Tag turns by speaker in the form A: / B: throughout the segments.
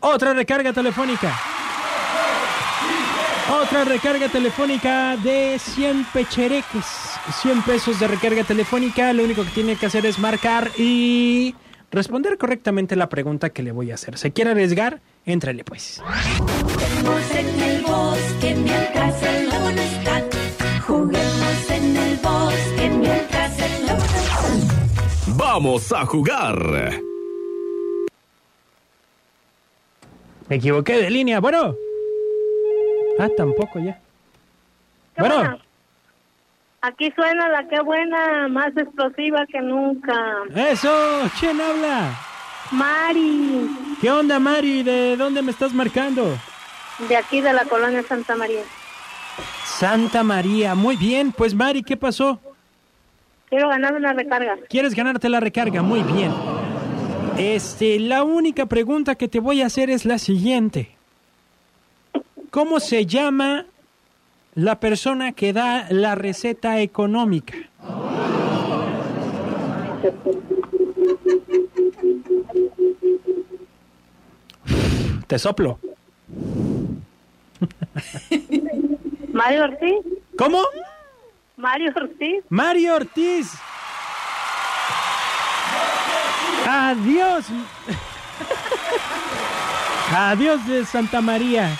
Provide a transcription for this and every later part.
A: Otra recarga telefónica. Otra recarga telefónica de 100 pechereques. 100 pesos de recarga telefónica. Lo único que tiene que hacer es marcar y responder correctamente la pregunta que le voy a hacer. ¿Se quiere arriesgar? Éntrale pues.
B: Juguemos en el bosque mientras el lobo no está. Juguemos en el bosque mientras el lobo no está.
C: Vamos a jugar.
A: Me equivoqué de línea. Bueno. Ah, tampoco ya.
D: Qué
A: Bueno.
D: buena. Aquí suena la que buena, más explosiva que nunca.
A: Eso. ¿Quién habla?
D: Mari,
A: ¿Qué onda, Mari? ¿De dónde me estás marcando?
D: de aquí de la colonia Santa María.
A: Santa María. Muy bien. Pues, Mari, ¿qué pasó?
D: Quiero ganar una recarga.
A: ¿Quieres ganarte la recarga? Muy bien. Este, la única pregunta que te voy a hacer es la siguiente. ¿Cómo se llama la persona que da la receta económica? Te soplo.
D: Mario Ortiz,
A: ¿Cómo?
D: Mario Ortiz.
A: Mario Ortiz. Adiós. Adiós de Santa María.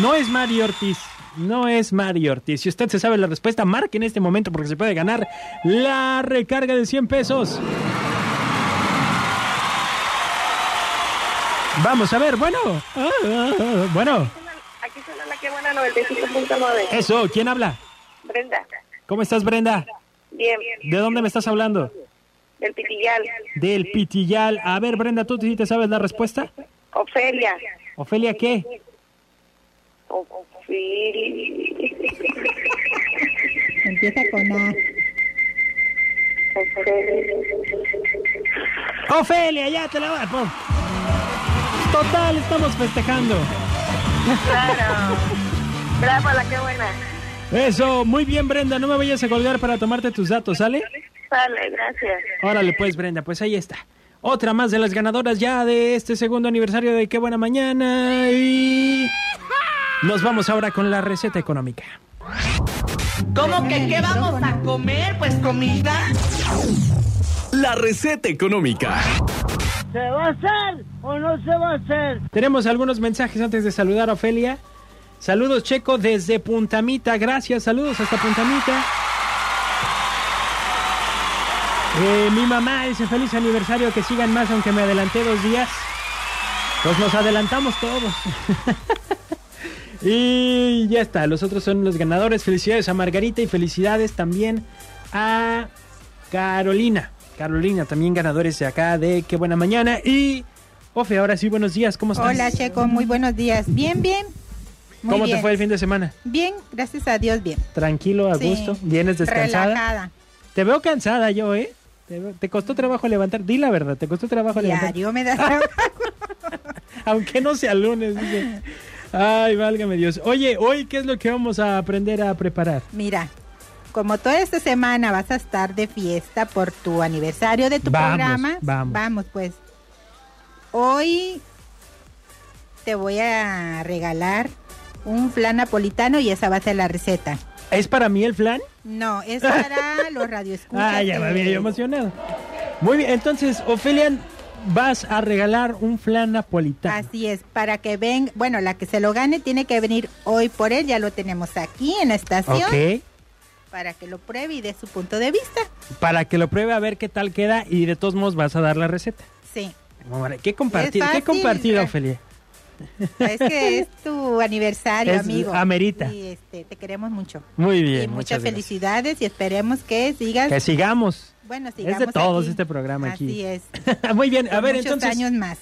A: No es Mario Ortiz. No es Mario Ortiz. Si usted se sabe la respuesta, marque en este momento porque se puede ganar la recarga de 100 pesos. Vamos a ver, bueno. Ah, ah, ah, Bueno,
D: Aquí suena la que buena 95.9.
A: eso, ¿quién habla?
D: Brenda,
A: ¿Cómo estás, Brenda?
D: bien,
A: ¿De dónde me estás hablando?
D: del Pitillal.
A: Del Pitillal. A ver, Brenda, ¿tú sí te sabes la respuesta?
D: Ofelia.
A: ¿Ofelia qué?
E: Empieza con A.
A: ¡Ofelia, ya te la voy a poner! Total, estamos festejando.
D: Claro. Bravo, la que buena.
A: Eso, muy bien, Brenda. No me vayas a colgar para tomarte tus datos, ¿sale?
D: Sale, gracias.
A: Órale, pues, Brenda, pues ahí está. Otra más de las ganadoras ya de este segundo aniversario de Qué Buena Mañana. Y. Nos vamos ahora con la receta económica.
F: ¿Cómo que qué vamos a comer? Pues comida.
C: La receta económica.
G: ¿Se va a hacer o no se va a hacer?
A: Tenemos algunos mensajes antes de saludar a Ofelia. Saludos, Checo, desde Puntamita. Gracias, saludos hasta Puntamita. Eh, mi mamá dice feliz aniversario, que sigan más, aunque me adelanté dos días. Pues nos adelantamos todos. y ya está, los otros son los ganadores. Felicidades a Margarita y felicidades también a Carolina. Carolina, también ganadores de acá de Qué Buena Mañana. Y, Ofe, ahora sí, buenos días, ¿cómo estás?
E: Hola, Checo, muy buenos días. Bien, bien. Muy
A: ¿Cómo
E: bien.
A: te fue el fin de semana?
E: Bien, gracias a Dios, bien.
A: Tranquilo, a
E: Sí.
A: gusto, vienes descansada.
E: Relajada.
A: Te veo cansada yo, ¿eh? Te, veo- te costó trabajo levantar, di la verdad, te costó trabajo levantar.
E: Diario me da trabajo.
A: Aunque no sea lunes, dice. Ay, válgame Dios. Oye, hoy, ¿qué es lo que vamos a aprender a preparar?
E: Mira, como toda esta semana vas a estar de fiesta por tu aniversario de tu
A: Vamos,
E: programa,
A: vamos.
E: pues. Hoy te voy a regalar un flan napolitano y esa va a ser la receta.
A: ¿Es para mí el flan?
E: No, es para los radioescuchas.
A: Ah, ya me
E: que-
A: había yo emocionado. Muy bien, entonces, Ofelia, vas a regalar un flan napolitano.
E: Así es, para que ven, bueno, la que se lo gane tiene que venir hoy por él, ya lo tenemos aquí en la estación,
A: Ok.
E: para que lo pruebe y dé su punto de vista.
A: Para que lo pruebe a ver qué tal queda y de todos modos vas a dar la receta.
E: Sí,
A: Hombre, qué compartido, qué
E: fácil,
A: compartido,
E: eh.
A: Ofelia.
E: es que es tu aniversario,
A: Es-
E: amigo.
A: amerita.
E: Y este, te queremos mucho.
A: Muy
E: Y
A: bien.
E: muchas,
A: gracias.
E: felicidades y esperemos que sigas.
A: Que sigamos.
E: bueno,
A: de
E: sigamos.
A: todos
E: aquí.
A: este programa aquí.
E: Así es.
A: Muy bien, a
E: Por
A: ver,
E: muchos
A: entonces.
E: años más.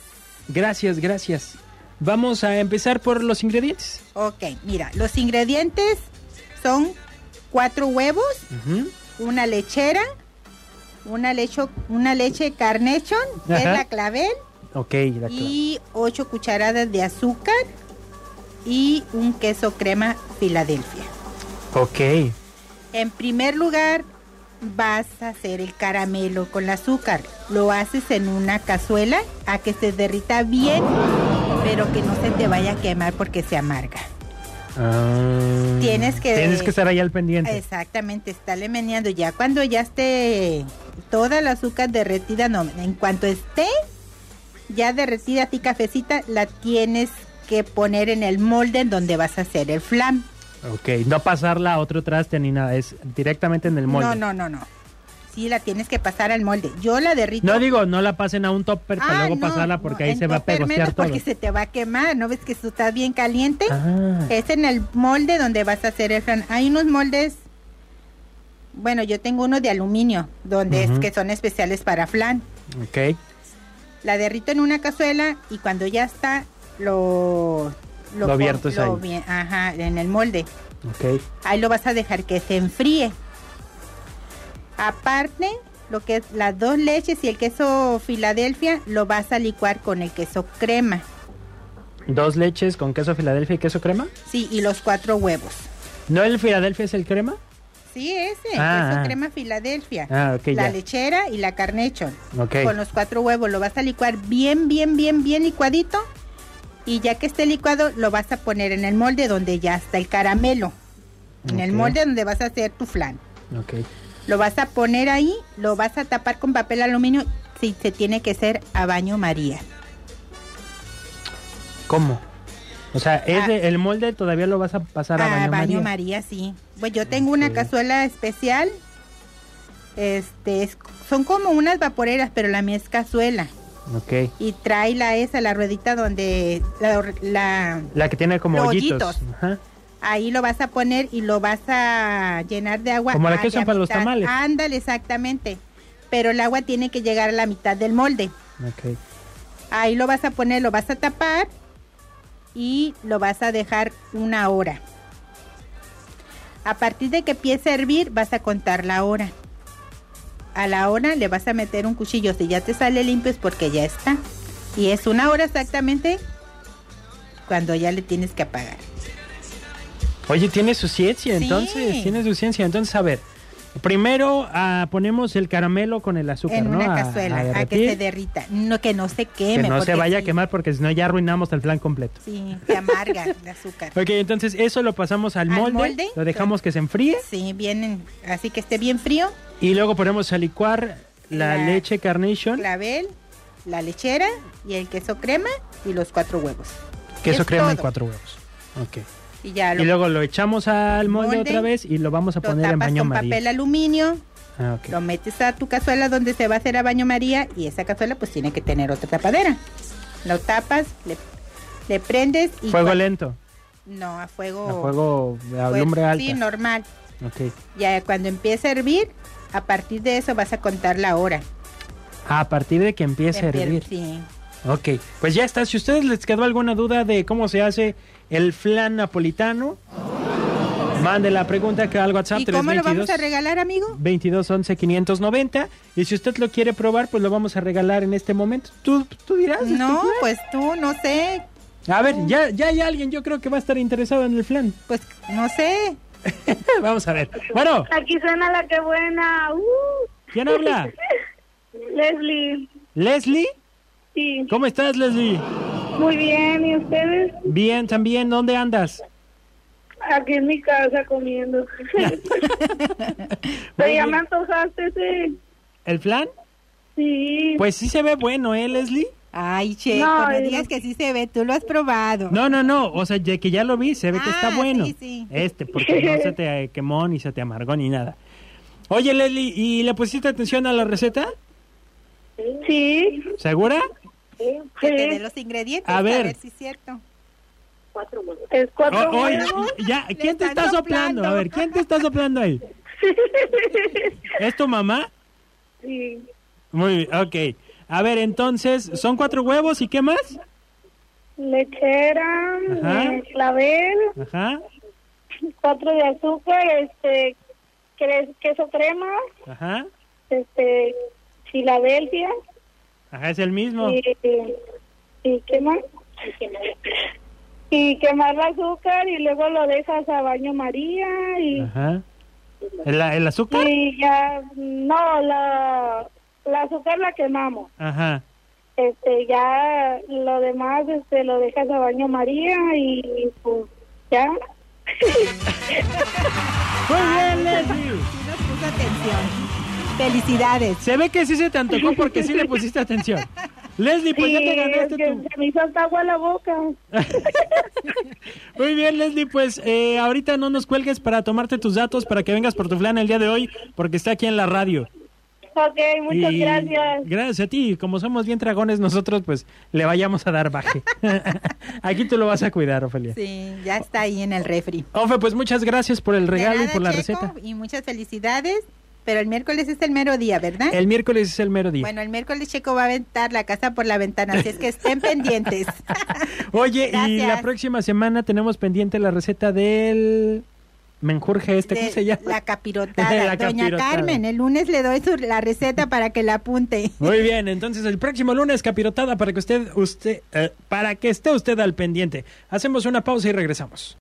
A: Gracias, gracias. Vamos a empezar por los ingredientes.
E: Ok, mira, los ingredientes son cuatro huevos,
A: Ujú.
E: una lechera, una, lecho, una leche carnation, que es
A: Ajá.
E: la clavel.
A: Ok, la clave.
E: y 8 cucharadas de azúcar y un queso crema Filadelfia.
A: Ok.
E: En primer lugar, vas a hacer el caramelo con el azúcar. Lo haces en una cazuela a que se derrita bien pero que no se te vaya a quemar porque se amarga.
A: Ah,
E: Tienes que-
A: Tienes que estar ahí al pendiente.
E: Exactamente, estále meneando. Ya cuando ya esté toda la azúcar derretida, no, en cuanto esté ya derretida así cafecita, la tienes que poner en el molde en donde vas a hacer el flan.
A: Ok, no pasarla a otro traste ni nada, es directamente en el molde.
E: No, no, no, no. Sí, la tienes que pasar al molde. Yo la derrito.
A: No digo, no la pasen a un topper para
E: Ah,
A: luego
E: no,
A: pasarla porque
E: no,
A: ahí se va a
E: entonces,
A: pegostear
E: menos
A: todo.
E: Porque se te va a quemar, ¿no ves que eso está bien caliente?
A: Ah,
E: Es en el molde donde vas a hacer el flan. Hay unos moldes, bueno, yo tengo uno de aluminio, donde es
A: Ujú.
E: que son especiales para flan.
A: ok.
E: La derrito en una cazuela y cuando ya está, lo...
A: Lo
E: pon-
A: viertes
E: lo
A: ahí.
E: vi- Ajá, en el molde.
A: Ok.
E: Ahí lo vas a dejar que se enfríe. Aparte, lo que es las dos leches y el queso Filadelfia, lo vas a licuar con el queso crema.
A: Dos leches con queso Filadelfia y queso crema.
E: Sí, y los cuatro huevos.
A: ¿No el Filadelfia es el crema?
E: Sí, ese,
A: Ah,
E: queso
A: ah.
E: crema Filadelfia.
A: Ah, ok,
E: la
A: ya.
E: lechera y la carnation.
A: Ok.
E: Con los cuatro huevos lo vas a licuar bien, bien, bien, bien licuadito. Y ya que esté licuado, lo vas a poner en el molde donde ya está el caramelo. En el
A: Ok.
E: molde donde vas a hacer tu flan.
A: Ok.
E: Lo vas a poner ahí, lo vas a tapar con papel aluminio. Si se tiene que hacer a baño María.
A: ¿Cómo? O sea, es
E: Ah.
A: de- el molde todavía lo vas a pasar a
E: a
A: baño,
E: baño
A: María?
E: María, sí. Pues yo tengo una
A: Ok.
E: cazuela especial. Este, es- son como unas vaporeras, pero la mía es cazuela.
A: Ok.
E: Y trae la esa, la ruedita donde la, la-
A: La que tiene como
E: Los
A: hoyitos.
E: hoyitos.
A: Ajá.
E: ahí lo vas a poner y lo vas a llenar de agua.
A: Como la
E: a
A: que usan para los
E: mitad.
A: tamales.
E: Ándale, exactamente. Pero el agua tiene que llegar a la mitad del molde.
A: Ok.
E: Ahí lo vas a poner, lo vas a tapar y lo vas a dejar una hora. A partir de que empiece a hervir, vas a contar la hora. A la hora le vas a meter un cuchillo. Si ya te sale limpio es porque ya está. Y es una hora exactamente cuando ya le tienes que apagar.
A: Oye, tiene su ciencia,
E: Sí.
A: entonces. Tiene su ciencia. Entonces, a ver. Primero ah, ponemos el caramelo con el azúcar,
E: en
A: ¿no?
E: una
A: A-
E: cazuela,
A: a
E: a, que
A: derretir,
E: se derrita. No, que no se
A: que
E: queme.
A: no se
E: porque
A: vaya a
E: sí,
A: quemar porque si no ya arruinamos el plan completo.
E: Sí, te amarga el azúcar.
A: Ok, entonces eso lo pasamos al,
E: Al
A: molde,
E: molde.
A: lo dejamos que se enfríe
E: Sí, vienen, así que esté bien frío.
A: y luego ponemos a licuar la,
E: La-
A: leche carnation,
E: clavel, la lechera y el queso crema y los cuatro huevos.
A: queso
E: es
A: crema y
E: todo.
A: cuatro huevos. Ok.
E: Y ya lo,
A: Y luego lo echamos al molde,
E: Molde,
A: otra vez y lo vamos a
E: lo
A: poner en
E: tapas
A: baño
E: con
A: maría.
E: papel aluminio,
A: Ah, ok.
E: lo metes a tu cazuela donde se va a hacer a baño María y esa cazuela pues tiene que tener otra tapadera. Lo tapas, le, le prendes y...
A: Fuego
E: cua-
A: lento,
E: No, a
A: a
E: fuego...
A: fuego a
E: fuerte,
A: lumbre alta.
E: Oh. Pues Sí, normal.
A: Ok.
E: Ya cuando empiece a hervir, a partir de eso vas a contar la hora.
A: Ah, A partir de que empiece a
E: Empieza-
A: hervir.
E: Sí.
A: Ok, pues ya está. Si a ustedes les quedó alguna duda de cómo se hace el flan napolitano, mande la pregunta que al WhatsApp
E: ¿Y cómo lo vamos a
A: 322.
E: regalar, amigo?
A: 22 11 590 y si usted lo quiere probar pues lo vamos a regalar en este momento tú, tú dirás es tu
E: No,
A: flan.
E: pues tú, no sé,
A: a ver ya ya hay alguien yo creo que va a estar interesado en el flan
E: pues no sé.
A: vamos a ver bueno
D: Aquí suena la que buena. Uh,
A: quién habla
D: Leslie,
A: Leslie
D: sí.
A: cómo estás Leslie
D: Muy bien, ¿y ustedes?
A: bien también dónde andas
D: Aquí en mi casa comiendo. Pero ya me antojaste, sí.
A: el flan
D: Sí.
A: pues sí se ve bueno eh Leslie
E: Ay, che,
D: No,
E: no
D: es-
E: digas que sí se ve, tú lo has probado.
A: eh, no no no o sea de que ya lo vi se ve que está
E: Ah,
A: bueno
E: sí, sí.
A: este porque no se te eh, quemó ni se te amargó ni nada oye Leslie y le pusiste atención a la receta
D: Sí.
A: segura
E: Que te dé
D: Sí.
E: los ingredientes,
A: A
E: a ver,
A: ver.
E: si es cierto.
D: Es cuatro
A: O- oye,
D: huevos.
A: ya,
E: Le
A: ¿quién te
E: están
A: está soplando? A ver,
E: soplando.
A: ¿quién te está soplando ahí? ¿Es tu mamá?
D: Sí.
A: Muy bien, ok. A ver, entonces, ¿son cuatro huevos y qué más?
D: Lechera,
A: Ajá.
D: eh, clavel,
A: Ajá,
D: cuatro de azúcar, este, cre- queso crema,
A: ajá,
D: este, Filadelfia
A: ajá, es el mismo.
D: y, y qué más. Y quemar el azúcar y luego lo dejas a baño María y,
A: Ajá. ¿El, el azúcar?
D: y ya, no, la, la azúcar la quemamos.
A: Ajá.
D: este ya lo demás este lo dejas a baño María y pues ya
A: Muy bien, Leslie.
E: Sí nos puso atención. Felicidades.
A: Se ve que sí se te antojó porque sí le pusiste atención. Leslie, pues ya te
D: Sí,
A: ganaste
D: es que
A: tu...
D: se me hizo hasta agua la boca
A: Muy bien, Leslie, pues eh, ahorita no nos cuelgues para tomarte tus datos para que vengas por tu flan el día de hoy porque está aquí en la radio.
D: Ok, muchas
A: Y
D: gracias
A: Gracias a ti. Como somos bien dragones nosotros, pues le vayamos a dar baje. Aquí tú lo vas a cuidar, Ofelia.
E: Sí, ya está ahí en el refri.
A: Ofe, pues muchas gracias por el
E: De
A: regalo y
E: nada,
A: por la
E: Checo,
A: receta.
E: Y muchas felicidades. Pero el miércoles es el mero día, ¿verdad?
A: El miércoles es el mero día.
E: ¿Eh? Bueno, el miércoles Checo va a aventar la casa por la ventana, así es que estén pendientes.
A: Oye, y
E: gracias.
A: la próxima semana tenemos pendiente la receta del menjurje este, ¿cómo
E: De
A: se llama?
E: La capirotada.
A: La
E: Doña
A: capirotada.
E: Carmen, el lunes le doy su- la receta para que la apunte.
A: Muy bien, entonces el próximo lunes capirotada para que usted usted eh, para que esté usted al pendiente. Hacemos una pausa y regresamos.